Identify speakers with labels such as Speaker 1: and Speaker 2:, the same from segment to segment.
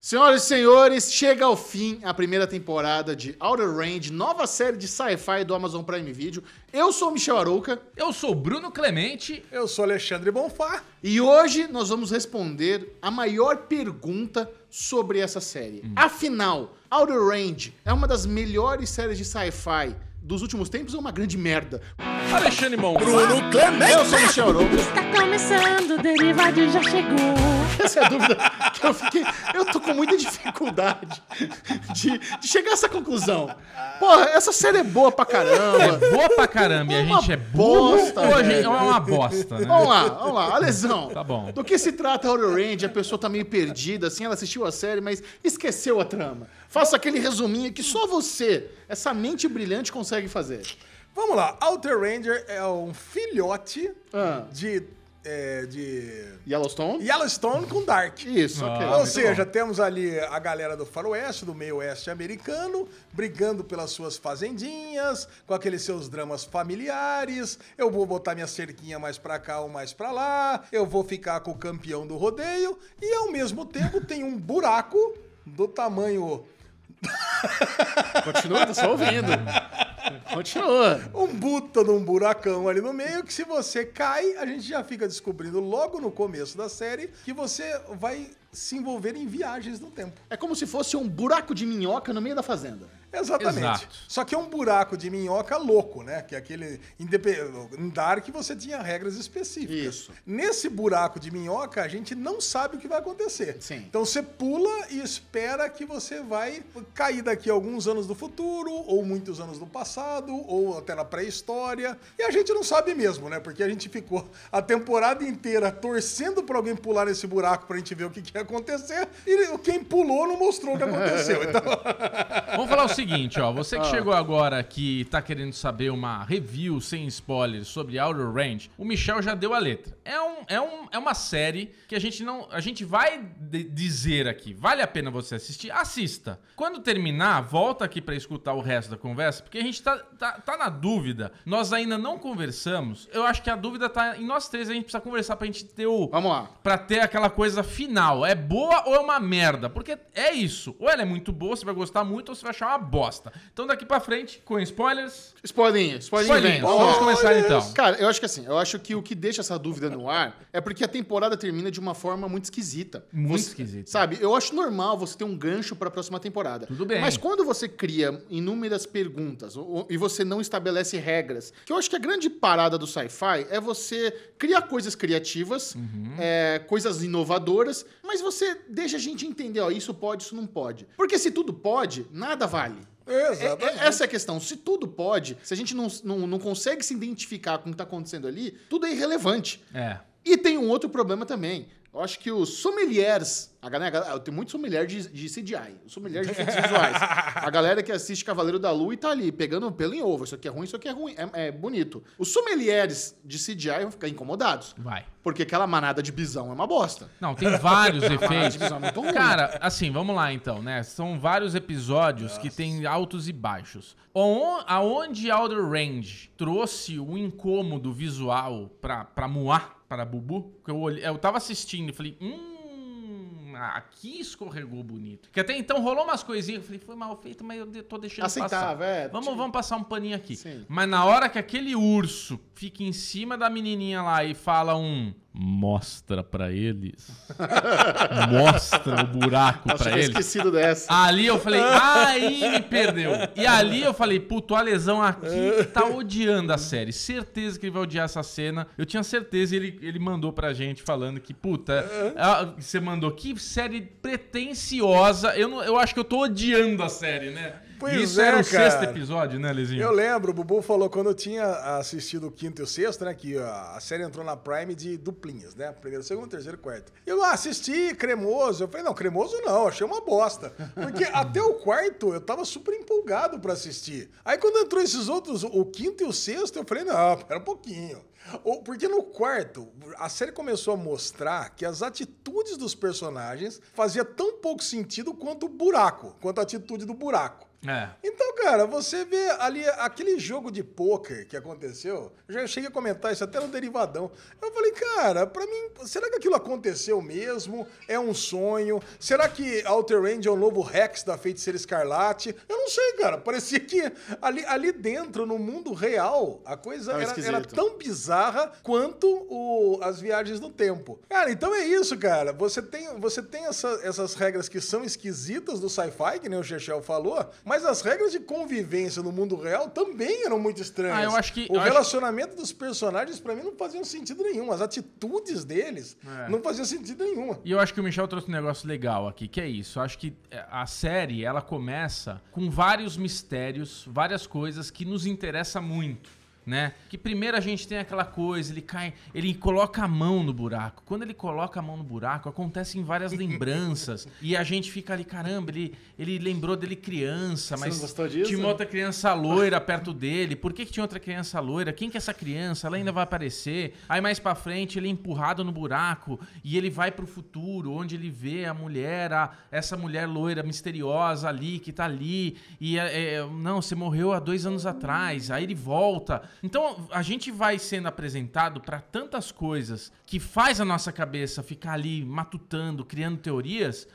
Speaker 1: Senhoras e senhores, chega ao fim a primeira temporada de Outer Range, nova série de sci-fi do Amazon Prime Video. Eu sou o Michel Arouca
Speaker 2: Eu sou o Bruno Clemente.
Speaker 3: Eu sou Alexandre Bonfá.
Speaker 1: e hoje nós vamos responder a maior pergunta sobre essa série. Afinal, Outer Range é uma das melhores séries de sci-fi dos últimos tempos ou uma grande merda?
Speaker 2: Alexandre Mon.
Speaker 3: Bruno Clemente.
Speaker 1: Eu sou o Michel Arouca.
Speaker 4: Está começando, o Derivado já chegou.
Speaker 1: Essa é a dúvida que eu fiquei. Eu tô com muita dificuldade de, de chegar a essa conclusão. Porra, essa série é boa pra caramba.
Speaker 2: Boa pra caramba, e a
Speaker 1: Uma
Speaker 2: gente é burro
Speaker 1: bosta,
Speaker 2: ou a gente é
Speaker 1: velho.
Speaker 2: uma bosta, né?
Speaker 1: Vamos lá, vamos lá. Alesão.
Speaker 2: Tá bom.
Speaker 1: Do que se trata Outer Range? A pessoa tá meio perdida, assim, ela assistiu a série, mas esqueceu a trama. Faça aquele resuminho que só você, essa mente brilhante, consegue fazer.
Speaker 3: Vamos lá. Outer Ranger é um filhote
Speaker 1: Ah.
Speaker 3: de, é, de
Speaker 1: Yellowstone?
Speaker 3: Yellowstone com Dark.
Speaker 1: Isso, ok.
Speaker 2: Ah,
Speaker 3: Ou
Speaker 2: muito
Speaker 3: seja, temos ali a galera do faroeste, do meio-oeste americano, brigando pelas suas fazendinhas, com aqueles seus dramas familiares. Eu vou botar minha cerquinha mais pra cá ou mais pra lá. Eu vou ficar com o campeão do rodeio. E ao mesmo tempo tem um buraco do tamanho
Speaker 1: Continua, tá só ouvindo. Continua.
Speaker 3: um buta de um buracão ali no meio que se você cai, a gente já fica descobrindo logo no começo da série que você vai se envolver em viagens no tempo.
Speaker 1: É como se fosse um buraco de minhoca no meio da fazenda.
Speaker 3: Exatamente.
Speaker 2: Exato.
Speaker 3: Só que é um buraco de minhoca louco, né? Que é aquele indepe- em Dark você tinha regras específicas.
Speaker 1: Isso.
Speaker 3: Nesse buraco de minhoca a gente não sabe o que vai acontecer.
Speaker 1: Sim.
Speaker 3: Então você pula e espera que você vai cair daqui a alguns anos do futuro ou muitos anos do passado ou até na pré-história. E a gente não sabe mesmo, né? Porque a gente ficou a temporada inteira torcendo pra alguém pular nesse buraco pra gente ver o que, que ia acontecer e quem pulou não mostrou o que aconteceu. Então
Speaker 2: Vamos falar o seguinte, ó. Você que chegou agora que tá querendo saber uma review sem spoilers sobre Outer Range, o Michel já deu a letra. É, um, é, um, é uma série que a gente não. A gente vai de- dizer aqui. Vale a pena você assistir? Assista. Quando terminar, volta aqui pra escutar o resto da conversa, porque a gente tá, tá, tá na dúvida. Nós ainda não conversamos. Eu acho que a dúvida tá em nós três, a gente precisa conversar pra gente ter o.
Speaker 1: Vamos lá.
Speaker 2: Pra ter aquela coisa final. É boa ou é uma merda? Porque é isso. Ou ela é muito boa, você vai gostar muito, ou você vai achar uma bosta. Então daqui pra frente, com spoilers.
Speaker 1: Spoilinho, spoilinho vem.
Speaker 2: Spoilers. Vamos começar então.
Speaker 1: Cara, eu acho que assim, eu acho que o que deixa essa dúvida no ar é porque a temporada termina de uma forma muito esquisita.
Speaker 2: Muito
Speaker 1: Você-
Speaker 2: esquisita.
Speaker 1: Sabe, eu acho normal você ter um gancho pra próxima temporada.
Speaker 2: Tudo bem.
Speaker 1: Mas quando você cria inúmeras perguntas o- o- e você não estabelece regras, que eu acho que a grande parada do sci-fi é você criar coisas criativas,
Speaker 2: Uhum.
Speaker 1: é, coisas inovadoras, mas você deixa a gente entender, ó, isso pode, isso não pode. Porque se tudo pode, nada vale. É,
Speaker 3: Exatamente.
Speaker 1: é- essa é a questão. Se tudo pode, se a gente não, não, não consegue se identificar com o que está acontecendo ali, tudo é irrelevante.
Speaker 2: É.
Speaker 1: E tem um outro problema também. Eu acho que os sommeliers, a galera, eu tenho muito sommelier de, de CGI, os sommelier de efeitos visuais. A galera que assiste Cavaleiro da Lua e tá ali, pegando pelo em ovo. Isso aqui é ruim, isso aqui é ruim, é, é bonito. Os sommeliers de CGI vão ficar incomodados,
Speaker 2: Vai.
Speaker 1: porque aquela manada de bisão é uma bosta.
Speaker 2: Não, tem vários efeitos.
Speaker 1: divisão é muito ruim.
Speaker 2: Cara, assim, vamos lá então, né? São vários episódios que tem altos e baixos. O- Aonde Outer Range trouxe o incômodo visual pra, pra Moá, pra Bubu, que eu, olhei- eu tava assistindo e falei, hum, aqui escorregou bonito. Que até então rolou umas coisinhas, eu falei, foi mal feito, mas eu de- tô deixando
Speaker 1: Aceitável,
Speaker 2: passar.
Speaker 1: é.
Speaker 2: Vamos, vamos passar um paninho aqui.
Speaker 1: Sim.
Speaker 2: Mas na hora que aquele urso fica em cima da menininha lá e fala um mostra pra eles, mostra o buraco
Speaker 1: Eu
Speaker 2: pra
Speaker 1: tinha
Speaker 2: eles.
Speaker 1: esquecido dessa.
Speaker 2: Ali eu falei, aí me perdeu. E ali eu falei, puto, o Alesão aqui tá odiando a série. Certeza que ele vai odiar essa cena. Eu tinha certeza e ele, ele mandou pra gente falando que, puta, ah, você mandou que série pretensiosa. Eu, não, eu acho que eu tô odiando a série, né?
Speaker 3: Pois
Speaker 2: Isso
Speaker 3: é,
Speaker 2: era o
Speaker 3: cara.
Speaker 2: sexto episódio, né, Lezinho?
Speaker 3: Eu lembro, o Bubu falou quando eu tinha assistido o quinto e o sexto, né? Que a a série entrou na Prime de duplinhas, né? Primeiro, segundo, terceiro, quarto. Eu ah, assisti cremoso. Eu falei, não, cremoso não, achei uma bosta. Porque até o quarto eu tava super empolgado pra assistir. Aí quando entrou esses outros, o quinto e o sexto, eu falei, não, pera um pouquinho. Ou- Porque no quarto, a série começou a mostrar que as atitudes dos personagens fazia tão pouco sentido quanto o buraco, quanto a atitude do buraco.
Speaker 2: É.
Speaker 3: Então, cara, você vê ali aquele jogo de pôquer que aconteceu. Eu já cheguei a comentar isso até no Derivadão. Eu falei, cara, pra mim, será que aquilo aconteceu mesmo? É um sonho? Será que Outer Range é o novo Rex da Feiticeira Escarlate? Eu não sei, cara. Parecia que ali, ali dentro, no mundo real, a coisa
Speaker 1: Tava
Speaker 3: era, era
Speaker 1: esquisito.
Speaker 3: tão tão bizarra quanto o- as viagens no tempo. Cara, então é isso, cara. Você tem, você tem essa- essas regras que são esquisitas do sci-fi, que nem o Chechel falou, mas as regras de convivência no mundo real também eram muito estranhas.
Speaker 2: Ah, eu acho que-
Speaker 3: O
Speaker 2: eu acho-
Speaker 3: relacionamento dos personagens, pra mim, não faziam sentido nenhum. As atitudes deles
Speaker 2: É.
Speaker 3: não faziam sentido nenhum.
Speaker 2: E eu acho que o Michel trouxe um negócio legal aqui, que é isso. Eu acho que é, a série, ela começa com vários mistérios, várias coisas que nos interessa muito, né? Que primeiro a gente tem aquela coisa, ele cai, ele coloca a mão no buraco. Quando ele coloca a mão no buraco, acontecem várias lembranças e a gente fica ali, caramba, ele, ele lembrou dele criança,
Speaker 1: Você
Speaker 2: mas
Speaker 1: não gostou disso?
Speaker 2: tinha uma outra criança loira perto dele. Por que, que tinha outra criança loira? Quem que é essa criança? Ela ainda vai aparecer. Aí mais pra frente ele é empurrado no buraco e ele vai pro futuro, onde ele vê a mulher, a- essa mulher loira misteriosa ali, que tá ali. E é, é, não, você morreu há dois anos atrás. Aí ele volta. Então a gente vai sendo apresentado pra tantas coisas que faz a nossa cabeça ficar ali matutando, criando teorias.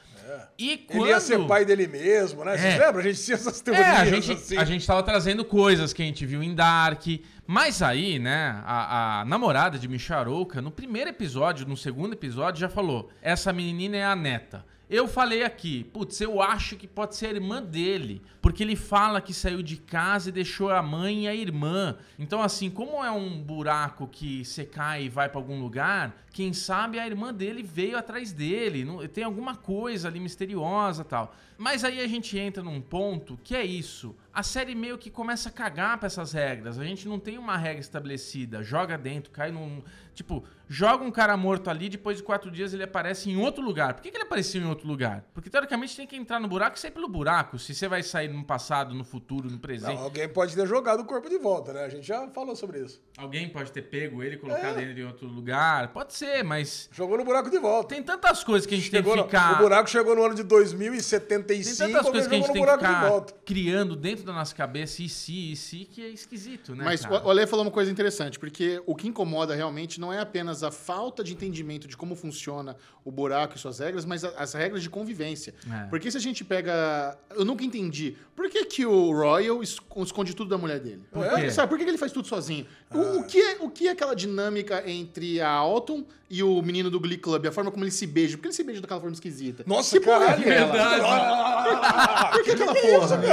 Speaker 2: E quando...
Speaker 3: Ele ia ser pai dele mesmo, né? Vocês
Speaker 2: É.
Speaker 3: lembram? A gente tinha essas teorias.
Speaker 2: É, a gente,
Speaker 3: assim.
Speaker 2: a gente tava trazendo coisas que a gente viu em Dark. Mas aí, né, a, a namorada de Micharouca, no primeiro episódio, no segundo episódio, já falou: essa menina é a neta. Eu falei aqui, putz, eu acho que pode ser a irmã dele, porque ele fala que saiu de casa e deixou a mãe e a irmã. Então, assim, como é um buraco que você cai e vai pra algum lugar, quem sabe a irmã dele veio atrás dele. não- tem alguma coisa ali misteriosa tal. Mas aí a gente entra num ponto que é isso. A série meio que começa a cagar pra essas regras. A gente não tem uma regra estabelecida. Joga dentro, cai num. Tipo, joga um cara morto ali, depois de quatro dias ele aparece em outro lugar. Por que, que ele apareceu em outro lugar? Porque teoricamente tem que entrar no buraco e sair pelo buraco. Se você vai sair no passado, no futuro, no presente.
Speaker 3: Não, alguém pode ter jogado o corpo de volta, né? A gente já falou sobre isso.
Speaker 2: Alguém pode ter pego ele, colocado
Speaker 3: É.
Speaker 2: ele em outro lugar. Pode ser, mas.
Speaker 3: Jogou no buraco de volta.
Speaker 2: Tem tantas coisas que a gente
Speaker 3: Chegou
Speaker 2: tem
Speaker 3: no-
Speaker 2: que ficar.
Speaker 3: O buraco chegou no ano de
Speaker 2: Tem
Speaker 3: 2075,
Speaker 2: tantas
Speaker 3: alguém
Speaker 2: coisas que a gente tem
Speaker 3: jogou no
Speaker 2: que
Speaker 3: buraco de
Speaker 2: ficar
Speaker 3: volta.
Speaker 2: criando dentro da nossa cabeça, e se, e se, que é esquisito, né?
Speaker 1: Mas
Speaker 2: cara?
Speaker 1: o Ale falou uma coisa interessante, porque o que incomoda realmente não é apenas a falta de entendimento de como funciona o buraco e suas regras, mas a- as regras de convivência.
Speaker 2: É.
Speaker 1: Porque se a gente pega. Eu nunca entendi. Por que, que o Royal es- esconde tudo da mulher dele?
Speaker 2: Por
Speaker 1: Eu-
Speaker 2: quê? Ah.
Speaker 1: Sabe, por que que ele faz tudo sozinho? O, o que é, o que é aquela dinâmica entre a Autumn e o menino do Glee Club? A forma como eles se beijam? Por que eles se beijam daquela forma esquisita?
Speaker 3: Nossa, que
Speaker 1: porra é
Speaker 3: caralho,
Speaker 1: aquela?
Speaker 3: verdade.
Speaker 1: Por que aquela porra? sabe?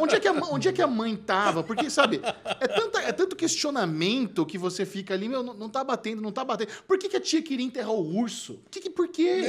Speaker 1: Onde, é que a, mã- onde é que a mãe tava? Porque, sabe, é, tanta- é tanto questionamento que você fica ali, meu, não, não tá batendo, não tá batendo. Por que, que a tia queria enterrar o urso? Que, que, por quê?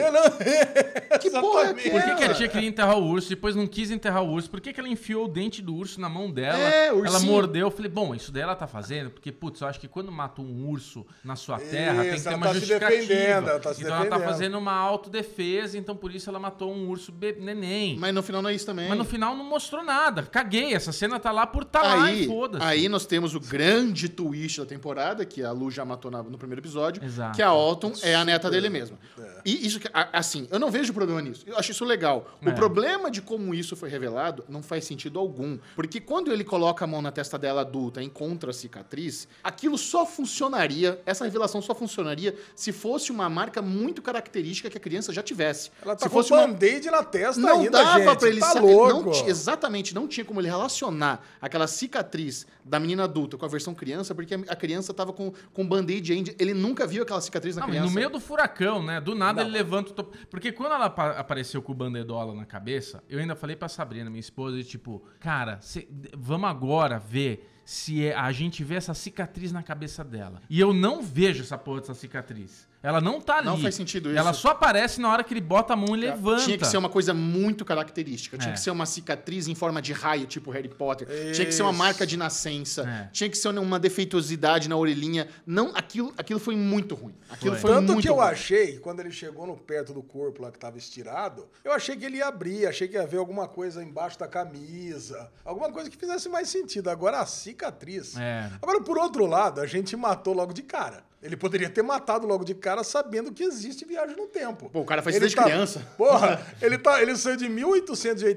Speaker 1: que porra é
Speaker 3: É, exatamente.
Speaker 1: aquela?
Speaker 2: Por que, que a tia queria enterrar o urso, depois não quis enterrar o urso? Por que, que ela enfiou o dente do urso na mão dela?
Speaker 1: É, o
Speaker 2: ela
Speaker 1: ursinho.
Speaker 2: mordeu. Eu falei, bom, isso daí ela tá fazendo, porque, putz, eu acho que quando mata um urso na sua terra, tem que
Speaker 3: Isso,
Speaker 2: ter
Speaker 3: ela
Speaker 2: uma
Speaker 3: tá se
Speaker 2: justificativa.
Speaker 3: defendendo, ela tá se
Speaker 2: então ela tá
Speaker 3: defendendo.
Speaker 2: fazendo uma autodefesa, então por isso ela matou um urso be- neném. Mas,
Speaker 1: Mas no final não é isso também.
Speaker 2: no final não mostrou nada. Caguei, essa cena tá lá por tá lá e
Speaker 1: Aí,
Speaker 2: foda-se.
Speaker 1: aí nós temos o grande twist da temporada, que a Lu já matou na- no primeiro episódio,
Speaker 2: Exato.
Speaker 1: que a Autumn é a neta dele mesmo.
Speaker 3: É.
Speaker 1: E isso, que- a- assim, eu não vejo problema nisso. Eu acho isso legal.
Speaker 2: É.
Speaker 1: O problema de como isso foi revelado não faz sentido algum. Porque quando ele coloca a mão na testa dela adulta e encontra a cicatriz, aquilo só funcionaria, essa revelação só funcionaria se fosse uma marca muito característica que a criança já tivesse.
Speaker 3: Ela tá
Speaker 1: se
Speaker 3: se com um
Speaker 1: fosse uma
Speaker 3: band-aid na testa
Speaker 1: não
Speaker 3: ainda,
Speaker 1: dava
Speaker 3: gente.
Speaker 1: pra ele
Speaker 3: tá
Speaker 1: saber-
Speaker 3: louco.
Speaker 1: não ti- exatamente, não tinha como ele relacionar aquela cicatriz da menina adulta com a versão criança, porque a- a criança tava com, com band-aid ainda. Ele nunca viu aquela cicatriz na
Speaker 2: Não, mas
Speaker 1: criança.
Speaker 2: no meio do furacão, né? Do nada
Speaker 3: Não.
Speaker 2: ele levanta o top... Porque quando ela apa- apareceu com o bandedola na cabeça, eu ainda falei pra Sabrina, minha esposa, tipo, cara, cê- d- vamos agora ver se é- a gente vê essa cicatriz na cabeça dela. E eu não vejo essa porra dessa cicatriz. Ela não tá ali.
Speaker 1: Não faz sentido isso.
Speaker 2: Ela só aparece na hora que ele bota a mão e levanta.
Speaker 1: Tinha que ser uma coisa muito característica. Tinha
Speaker 2: É.
Speaker 1: que ser uma cicatriz em forma de raio, tipo Harry Potter. Tinha que ser uma
Speaker 3: Isso.
Speaker 1: marca de nascença.
Speaker 2: É.
Speaker 1: Tinha que ser uma defeituosidade na orelhinha. Não, aquilo, aquilo foi muito ruim. Aquilo
Speaker 2: Foi.
Speaker 1: foi,
Speaker 3: Tanto
Speaker 1: muito
Speaker 3: que eu
Speaker 1: ruim.
Speaker 3: achei, que quando ele chegou no perto do corpo lá que tava estirado, eu achei que ele ia abrir, achei que ia ver alguma coisa embaixo da camisa, alguma coisa que fizesse mais sentido. Agora a cicatriz.
Speaker 2: É.
Speaker 3: Agora, por outro lado, a gente matou logo de cara. Ele poderia ter matado logo de cara sabendo que existe viagem no tempo. tá-
Speaker 1: Pô, o cara faz isso desde criança.
Speaker 3: Porra, ele, tá, ele saiu de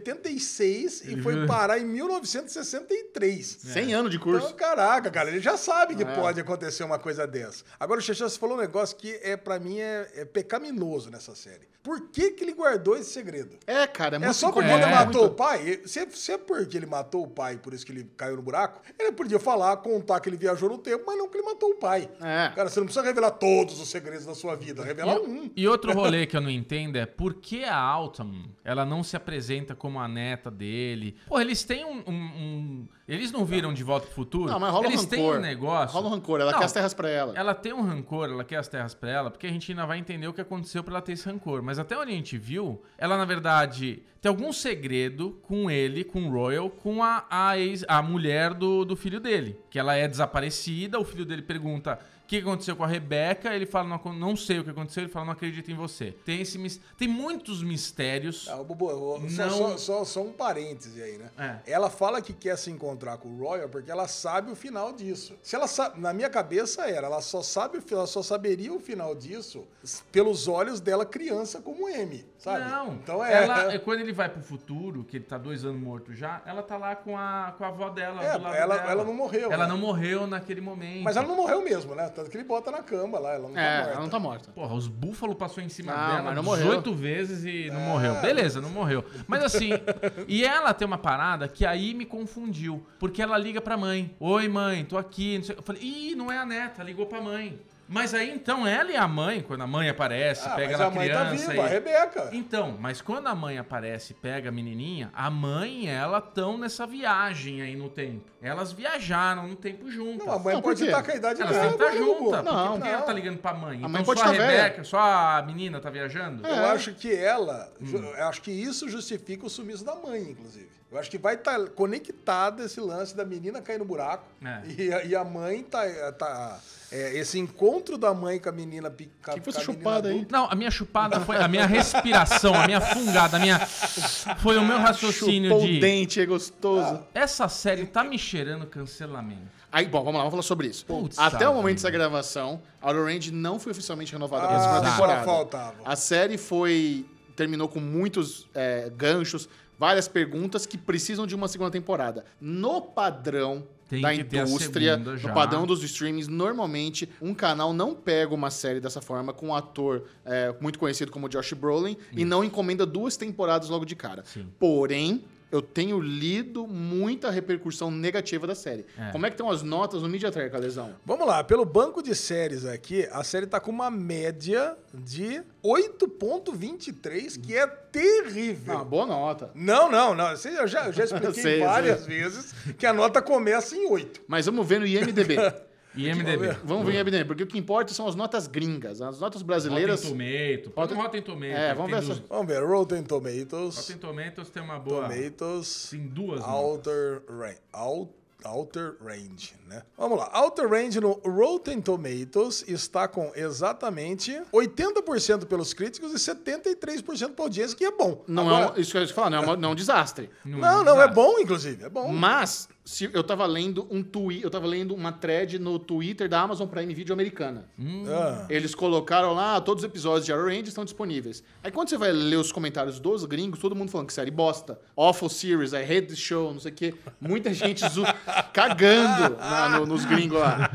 Speaker 3: 1886 e foi parar em 1963.
Speaker 1: 100 anos de
Speaker 3: Então,
Speaker 1: curso. É.
Speaker 3: caraca, cara, ele já sabe que pode acontecer uma coisa dessa. Agora, o Xexas falou um negócio que, é para mim, é, é pecaminoso nessa série. Por que, que ele guardou esse segredo?
Speaker 1: É, cara, é,
Speaker 3: É
Speaker 1: muito
Speaker 3: só porque
Speaker 1: incômodo.
Speaker 3: ele
Speaker 2: É,
Speaker 3: matou o pai? Se, se é porque ele matou o pai, por isso que ele caiu no buraco, ele podia falar, contar que ele viajou no tempo, mas não que ele matou o pai.
Speaker 1: É.
Speaker 3: Cara, você não precisa revelar todos os segredos da sua vida, revela um.
Speaker 2: E, e outro rolê que eu não entendo é por que a Autumn ela não se apresenta como a neta dele. Pô, eles têm um. um- um- eles não viram de volta pro futuro?
Speaker 1: Não, mas rola um
Speaker 2: eles
Speaker 1: rancor.
Speaker 2: têm um negócio.
Speaker 1: Rola um rancor, ela
Speaker 2: Não,
Speaker 1: quer as terras pra ela.
Speaker 2: Ela tem um rancor, ela quer as terras pra ela, porque a gente ainda vai entender o que aconteceu pra ela ter esse rancor. Mas até onde a gente viu, ela, na verdade, tem algum segredo com ele, com o Royal, com a, a, ex, a mulher do, do filho dele. Que ela é desaparecida, o filho dele pergunta o que aconteceu com a Rebeca, ele fala, não, acon- não sei o que aconteceu, ele fala, não acredito em você. Tem, esse, mis- tem muitos mistérios.
Speaker 3: Ah, Bubu, eu- só,
Speaker 2: Não.
Speaker 3: só- só- só um parêntese aí, né?
Speaker 2: É.
Speaker 3: Ela fala que quer se encontrar com o Royal porque ela sabe o final disso. Se ela sa- na minha cabeça era, ela só sabe, o fi- ela só saberia o final disso pelos olhos dela criança como M, sabe?
Speaker 2: Não,
Speaker 3: Então é.
Speaker 2: ela, quando ele vai pro futuro, que ele tá dois anos morto já, ela tá lá com a, com a avó dela,
Speaker 3: É,
Speaker 2: do lado
Speaker 3: ela-
Speaker 2: dela.
Speaker 3: ela não morreu,
Speaker 2: Ela
Speaker 3: né?
Speaker 2: não morreu naquele momento.
Speaker 3: Mas ela não morreu mesmo, né? Tanto que ele bota na cama lá, ela não tá
Speaker 1: é,
Speaker 3: morta.
Speaker 1: ela não tá morta.
Speaker 2: Porra, os Búfalo passou em cima
Speaker 1: Não,
Speaker 2: dela
Speaker 1: mas não morreu.
Speaker 2: 18 vezes e não morreu.
Speaker 3: É.
Speaker 2: Beleza, não morreu. Mas assim, e ela tem uma parada que aí me confundiu. Porque ela liga pra mãe. Oi, mãe, tô aqui. não sei o que. Eu falei, ih, não é a neta, ligou pra mãe. Mas aí então ela e a mãe, quando a mãe aparece,
Speaker 3: Ah,
Speaker 2: pega
Speaker 3: mas
Speaker 2: na
Speaker 3: a mãe tá
Speaker 2: criança.
Speaker 3: viva,
Speaker 2: e-
Speaker 3: a Rebeca.
Speaker 2: Então, mas quando a mãe aparece e pega a menininha, a mãe e ela estão nessa viagem aí no tempo. Elas viajaram no tempo juntas.
Speaker 3: Não, a mãe
Speaker 1: Não, Então, por
Speaker 3: pode
Speaker 1: quê?
Speaker 3: estar com a idade
Speaker 2: Elas
Speaker 3: dela.
Speaker 2: têm que estar
Speaker 3: mas não vou.
Speaker 2: juntas. Porque
Speaker 1: Não,
Speaker 2: tá por que ela
Speaker 3: não.
Speaker 2: tá ligando pra mãe?
Speaker 1: A
Speaker 2: Então
Speaker 1: mãe
Speaker 2: só
Speaker 1: pode
Speaker 2: a
Speaker 1: tá velha.
Speaker 2: Rebeca, só a menina tá viajando?
Speaker 3: Eu
Speaker 1: É.
Speaker 3: acho que ela, ju- eu acho que isso justifica o sumiço da mãe, inclusive. Eu acho que vai estar conectado esse lance da menina cair no buraco
Speaker 2: É.
Speaker 3: e, a, e a mãe tá. tá- é, esse encontro da mãe com a menina. pi- Com, a-
Speaker 1: Que fosse
Speaker 3: com a menina
Speaker 1: chupada aí.
Speaker 3: adulta.
Speaker 2: Não, a minha chupada foi. A minha respiração, a minha fungada, a minha. Foi o meu raciocínio
Speaker 1: Chupou o
Speaker 2: de.
Speaker 1: dente, é gostoso.
Speaker 2: Essa série tá me cheirando cancelamento.
Speaker 1: Ah, Aí, bom, vamos lá, vamos falar sobre isso.
Speaker 2: Putz,
Speaker 1: Até
Speaker 2: sabe.
Speaker 1: o momento dessa gravação, a Orange não foi oficialmente renovada para
Speaker 3: Ah,
Speaker 1: a segunda
Speaker 3: só
Speaker 1: temporada.
Speaker 3: faltava.
Speaker 1: A série foi terminou com muitos é, ganchos, várias perguntas que precisam de uma segunda temporada. No padrão
Speaker 2: Tem
Speaker 1: da
Speaker 2: que ter a
Speaker 1: indústria,
Speaker 2: segunda já.
Speaker 1: no padrão dos streamings, normalmente um canal não pega uma série dessa forma com um ator é, muito conhecido como Josh Brolin e não encomenda duas temporadas logo de cara. Porém, eu tenho lido muita repercussão negativa da série.
Speaker 2: É.
Speaker 1: Como é que estão as notas no Media Tracker, Lesão?
Speaker 3: Vamos lá, pelo banco de séries aqui, a série tá com uma média de 8,23, que é terrível.
Speaker 1: Ah, boa nota.
Speaker 3: Não, não, não. Você- Eu já, eu já expliquei
Speaker 1: Sei,
Speaker 3: várias vezes que a nota começa em 8.
Speaker 1: Mas vamos ver no IMDB.
Speaker 2: E MDB.
Speaker 1: vamos ver no IMDB, porque o que importa são as notas gringas. As notas brasileiras.
Speaker 2: Rotten Tomato. Põe no Rotten Tomato.
Speaker 1: É, vamos
Speaker 2: tem
Speaker 1: ver
Speaker 2: duas-
Speaker 1: essa-
Speaker 3: Vamos ver. Rotten Tomatoes.
Speaker 2: Rotten Tomatoes tem uma boa.
Speaker 3: Tomatoes.
Speaker 2: Tem duas. notas.
Speaker 3: Outer, Ra- Out- Outer Range, né? Vamos lá. Outer Range no Rotten Tomatoes está com exatamente 80% pelos críticos e 73% pra audiência, que é bom.
Speaker 1: Não
Speaker 3: Agora-
Speaker 1: é um, isso que eu ia te falar, não é, uma- não é um desastre.
Speaker 3: Não, não, é bom, inclusive. É bom.
Speaker 1: Mas se eu tava lendo um tweet, eu tava lendo uma thread no Twitter da Amazon Prime Video americana.
Speaker 3: Ah.
Speaker 1: Eles colocaram lá, todos os episódios de Arrowhead estão disponíveis. Aí quando você vai ler os comentários dos gringos, todo mundo falando que série bosta, awful series, I hate this show, não sei o quê. Muita gente zo- cagando na- no- nos gringos lá.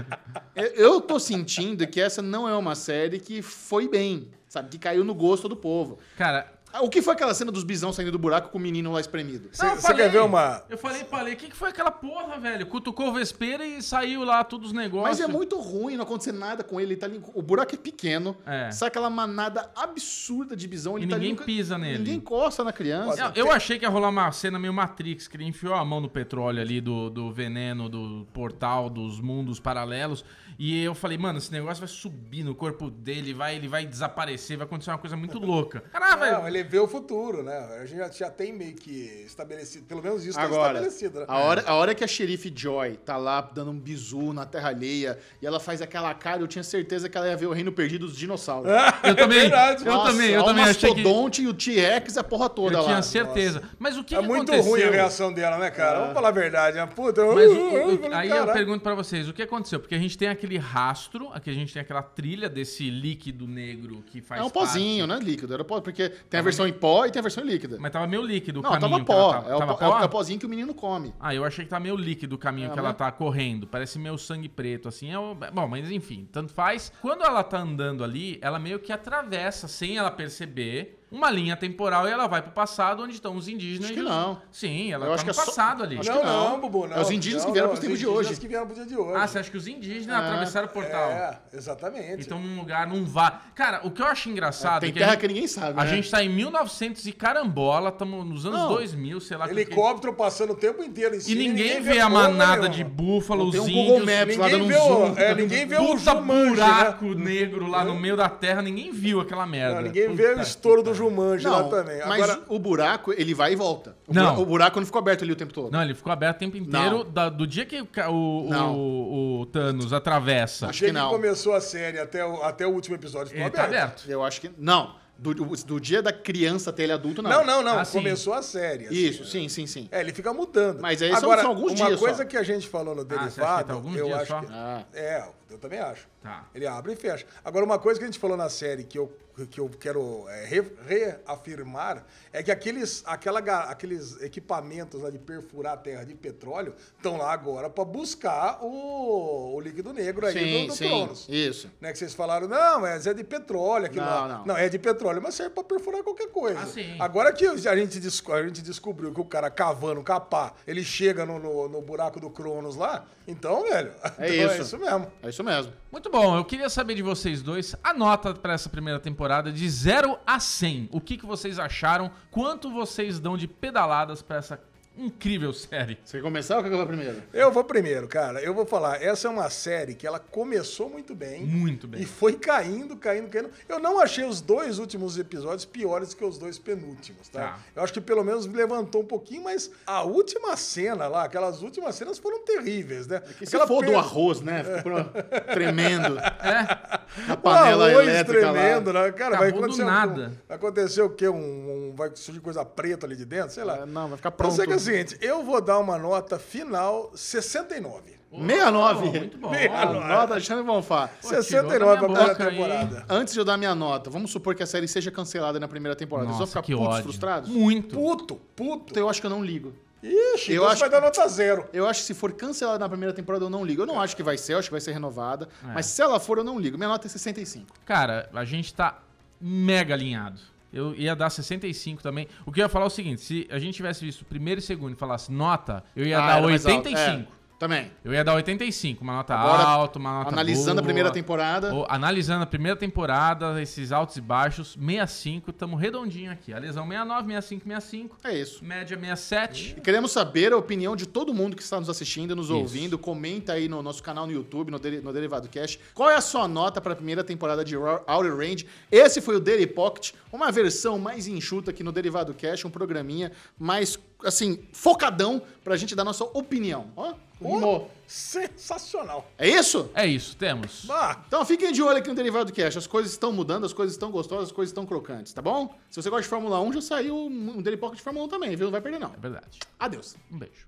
Speaker 1: Eu- Eu tô sentindo que essa não é uma série que foi bem, sabe? Que caiu no gosto do povo.
Speaker 2: Cara,
Speaker 1: Ah, O que foi aquela cena dos bisão saindo do buraco com o menino lá espremido?
Speaker 3: Cê-
Speaker 2: Não, eu
Speaker 3: cê quer ver uma-
Speaker 2: Eu falei, falei, o que, que foi aquela porra, velho? Cutucou o vespeira e saiu lá todos os negócios.
Speaker 1: Mas é muito ruim, não acontecer nada com ele. ele tá ali- o buraco é pequeno,
Speaker 2: É.
Speaker 1: sai aquela manada absurda de bisão. Ele
Speaker 2: E
Speaker 1: tá
Speaker 2: ninguém
Speaker 1: ali, nunca-
Speaker 2: pisa nele.
Speaker 1: Ninguém encosta na criança.
Speaker 2: Eu- Eu achei que ia rolar uma cena meio Matrix, que ele enfiou a mão no petróleo ali, do, do veneno, do portal, dos mundos paralelos. E eu falei, mano, esse negócio vai subir no corpo dele, vai, ele vai desaparecer, vai acontecer uma coisa muito louca. Caralho,
Speaker 3: Não,
Speaker 2: velho.
Speaker 3: ele prever o futuro, né? A gente já, já tem meio que estabelecido, pelo menos isso
Speaker 1: Agora,
Speaker 3: está estabelecido, né?
Speaker 1: a hora, a hora que a xerife Joy tá lá dando um bizu na terra alheia e ela faz aquela cara, eu tinha certeza que ela ia ver o reino perdido dos dinossauros.
Speaker 3: É.
Speaker 2: Eu também,
Speaker 3: verdade.
Speaker 2: eu também, eu
Speaker 1: há
Speaker 2: também
Speaker 1: um
Speaker 2: achei que... Eu
Speaker 1: mastodonte e o T-Rex, é a porra toda lá.
Speaker 2: tinha certeza. Mas o que,
Speaker 3: é
Speaker 2: que
Speaker 3: muito
Speaker 2: aconteceu?
Speaker 3: ruim a reação dela, né,
Speaker 1: Ah.
Speaker 3: cara? Vamos falar a verdade, né? Puta,
Speaker 2: Mas
Speaker 3: uh,
Speaker 2: o- o-
Speaker 3: uh,
Speaker 2: o-
Speaker 3: eu falei,
Speaker 2: aí eu
Speaker 3: "Caraca".
Speaker 2: pergunto pra vocês, o que aconteceu? Porque a gente tem aquele rastro, aqui a gente tem aquela trilha desse líquido negro que faz
Speaker 1: É um pozinho, né? Líquido. Era pó, porque tem a versão em pó e tem a versão líquida.
Speaker 2: parte- Mas tava meio líquido o
Speaker 1: Não,
Speaker 2: caminho
Speaker 1: tava
Speaker 2: que ela
Speaker 1: pó.
Speaker 2: tava,
Speaker 1: É o
Speaker 2: tava
Speaker 1: pó-
Speaker 2: pó?
Speaker 1: é o pozinho que o menino come.
Speaker 2: Ah, eu achei que tá meio líquido o caminho
Speaker 1: É,
Speaker 2: que ela
Speaker 1: mas-
Speaker 2: tá correndo. Parece meio sangue preto, assim. É o... Bom, mas enfim, tanto faz. Quando ela tá andando ali, ela meio que atravessa, sem ela perceber, uma linha temporal e ela vai pro passado, onde estão os indígenas.
Speaker 1: Acho que
Speaker 2: e os-
Speaker 1: não.
Speaker 2: Sim, ela
Speaker 1: Eu
Speaker 2: tá
Speaker 1: acho
Speaker 2: no
Speaker 1: que é só-
Speaker 2: passado ali.
Speaker 1: acho que
Speaker 3: Não,
Speaker 1: não.
Speaker 3: não, Bubu, não.
Speaker 1: É os indígenas que
Speaker 3: Não,
Speaker 1: vieram
Speaker 3: não,
Speaker 1: pros
Speaker 3: os
Speaker 1: tempos de
Speaker 3: indígenas
Speaker 1: hoje.
Speaker 3: que vieram pro dia de hoje.
Speaker 2: Ah, você acha que os indígenas
Speaker 1: Ah,
Speaker 2: atravessaram o portal?
Speaker 3: É, exatamente.
Speaker 2: Então, num lugar, num vá. Cara, o que eu acho engraçado é
Speaker 1: Tem
Speaker 2: que
Speaker 1: terra
Speaker 2: a gente,
Speaker 1: que ninguém sabe,
Speaker 2: a
Speaker 1: né?
Speaker 2: gente tá em 1900 e carambola, estamos nos anos
Speaker 1: Não.
Speaker 2: 2000, sei lá. que-
Speaker 3: Helicóptero passando o tempo inteiro em
Speaker 2: E
Speaker 3: cima,
Speaker 2: ninguém vê a
Speaker 3: porra
Speaker 2: manada
Speaker 3: nenhuma.
Speaker 2: de búfalo,
Speaker 1: Não
Speaker 2: os
Speaker 1: tem um
Speaker 2: índios,
Speaker 1: Google Maps lá
Speaker 3: ninguém
Speaker 1: dando um
Speaker 3: vê o-
Speaker 1: zoom.
Speaker 3: é, ninguém vê o
Speaker 2: puta
Speaker 3: Jumanji,
Speaker 2: buraco
Speaker 3: né?
Speaker 2: negro lá no meio da terra, ninguém viu aquela merda.
Speaker 3: Não, ninguém
Speaker 2: Puta
Speaker 3: vê o
Speaker 2: que
Speaker 3: estouro do
Speaker 2: pariu.
Speaker 3: Jumanji lá
Speaker 1: Não,
Speaker 3: também.
Speaker 1: mas
Speaker 3: Agora,
Speaker 1: o buraco, ele vai e volta. O
Speaker 2: Não.
Speaker 1: buraco, o buraco não ficou aberto ali o tempo todo.
Speaker 2: Não, ele ficou aberto o tempo inteiro, da- do dia que o, ca- o,
Speaker 1: Não.
Speaker 2: o- o Thanos atravessa.
Speaker 1: Acho
Speaker 3: desde
Speaker 1: que não.
Speaker 3: começou a série até o, até o último episódio, ficou
Speaker 2: Ele tá aberto.
Speaker 1: Eu acho que... Não. Do, do- do dia da criança até ele adulto, não.
Speaker 3: Não, não, não.
Speaker 2: Ah, sim.
Speaker 3: começou a série. assim,
Speaker 1: Isso,
Speaker 3: né?
Speaker 1: sim, sim, sim.
Speaker 3: É, ele fica mudando.
Speaker 1: Mas aí são- são alguns
Speaker 3: uma
Speaker 1: dias
Speaker 3: coisa
Speaker 1: só.
Speaker 3: que a gente falou no
Speaker 2: você acha que
Speaker 3: derivado,
Speaker 2: tá alguns
Speaker 3: eu
Speaker 2: dias
Speaker 3: acho
Speaker 2: só?
Speaker 3: que
Speaker 1: Ah.
Speaker 3: é, eu também acho.
Speaker 2: Tá.
Speaker 3: Ele abre e fecha. Agora uma coisa que a gente falou na série que eu que eu quero é, re- reafirmar é que aqueles aquela ga- aqueles equipamentos lá de perfurar a terra de petróleo estão lá agora para buscar o, o líquido negro aí
Speaker 1: Sim,
Speaker 3: do, do
Speaker 1: sim.
Speaker 3: Cronos.
Speaker 1: Isso.
Speaker 3: Né, que vocês falaram, não, mas é de petróleo aquilo
Speaker 1: Não,
Speaker 3: lá.
Speaker 1: não.
Speaker 3: é de petróleo, mas serve pra perfurar qualquer coisa.
Speaker 2: Ah, sim.
Speaker 3: Agora que a gente, desco- a gente descobriu que o cara cavando, capá, ele chega no, no- no buraco do Cronos lá, então, velho,
Speaker 1: É
Speaker 3: então é
Speaker 1: isso.
Speaker 3: isso mesmo.
Speaker 1: É isso mesmo.
Speaker 2: Muito bom, eu queria saber de vocês dois a nota pra essa primeira temporada de 0 a 100. O que, que vocês acharam? Quanto vocês dão de pedaladas pra essa incrível série?
Speaker 1: Você quer começar ou quer que eu vá primeiro?
Speaker 3: Eu vou primeiro, cara. Eu vou falar, essa é uma série que ela começou muito bem.
Speaker 2: Muito bem.
Speaker 3: E foi caindo, caindo, caindo. Eu não achei os dois últimos episódios piores que os dois penúltimos, tá?
Speaker 2: Tá.
Speaker 3: Eu acho que pelo menos levantou um pouquinho, mas a última cena lá, aquelas últimas cenas foram terríveis, né?
Speaker 1: Que se
Speaker 3: Aquela É.
Speaker 1: for do
Speaker 3: per-
Speaker 1: arroz, né? Ficou tremendo.
Speaker 2: É?
Speaker 1: A
Speaker 3: O
Speaker 1: panela
Speaker 3: arroz
Speaker 1: elétrica
Speaker 3: tremendo,
Speaker 1: lá.
Speaker 3: né? Cara,
Speaker 2: Acabou
Speaker 3: vai
Speaker 2: do
Speaker 3: acontecer um-
Speaker 2: nada.
Speaker 3: vai acontecer o quê? Um, um- vai surgir coisa preta ali de dentro, sei lá.
Speaker 1: É, não, vai ficar
Speaker 3: Eu
Speaker 1: pronto.
Speaker 3: sei que é o seguinte, eu vou dar uma nota final 69.
Speaker 1: 69.
Speaker 2: muito bom.
Speaker 1: A nota Alexandre Bonfá.
Speaker 2: Pô, tirou da
Speaker 3: 69 pra
Speaker 2: minha
Speaker 3: primeira
Speaker 2: boca aí.
Speaker 3: temporada.
Speaker 1: Antes de eu dar minha nota, vamos supor que a série seja cancelada na primeira temporada. Vocês vão
Speaker 2: Nossa,
Speaker 1: ficar
Speaker 2: que
Speaker 1: putos,
Speaker 2: ódio.
Speaker 1: frustrados? Então,
Speaker 2: Muito.
Speaker 3: Puto, puto.
Speaker 1: Eu acho que eu não ligo.
Speaker 3: Ixi,
Speaker 1: Eu
Speaker 3: então
Speaker 1: acho
Speaker 3: você vai dar nota zero.
Speaker 1: Eu acho que se for cancelada na primeira temporada, eu não ligo. Eu não acho que vai ser, eu acho que vai ser renovada.
Speaker 2: É.
Speaker 1: Mas se ela for, eu não ligo. Minha nota é 65.
Speaker 2: Cara, a gente tá mega alinhado. Eu ia dar 65 também. O que eu ia falar é o seguinte, se a gente tivesse visto o primeiro e o segundo e falasse nota, eu ia
Speaker 1: Ah,
Speaker 2: dar
Speaker 1: era mais alto.
Speaker 2: 85.
Speaker 1: É, também.
Speaker 2: Eu ia dar 85, uma nota
Speaker 1: Agora,
Speaker 2: alta, Tá uma nota
Speaker 1: analisando a
Speaker 2: boa.
Speaker 1: primeira temporada.
Speaker 2: Ô, analisando a primeira temporada, esses altos e baixos, 65, estamos redondinho aqui. A lesão 69, 65, 65,
Speaker 1: É isso.
Speaker 2: média 67.
Speaker 1: Queremos saber a opinião de todo mundo que está nos assistindo, nos ouvindo. Comenta aí no nosso canal no YouTube, no, Deri- no Derivado Cast, qual é a sua nota para a primeira temporada de Ra- Outer Range. Esse foi o Daily Pocket, uma versão mais enxuta aqui no Derivado Cast, um programinha mais, assim, focadão para a gente dar nossa opinião. Ó,
Speaker 3: Um
Speaker 1: rimou.
Speaker 3: Sensacional.
Speaker 1: É isso?
Speaker 2: É isso, temos.
Speaker 3: Ah,
Speaker 1: Então fiquem de olho aqui no Derivado Cast. As coisas estão mudando, as coisas estão gostosas, as coisas estão crocantes, tá um bom? Se você gosta de Fórmula 1, já saiu um um Daily Pocket de Fórmula 1 também, viu? Não vai perder não.
Speaker 2: É verdade.
Speaker 1: Adeus.
Speaker 2: Um beijo.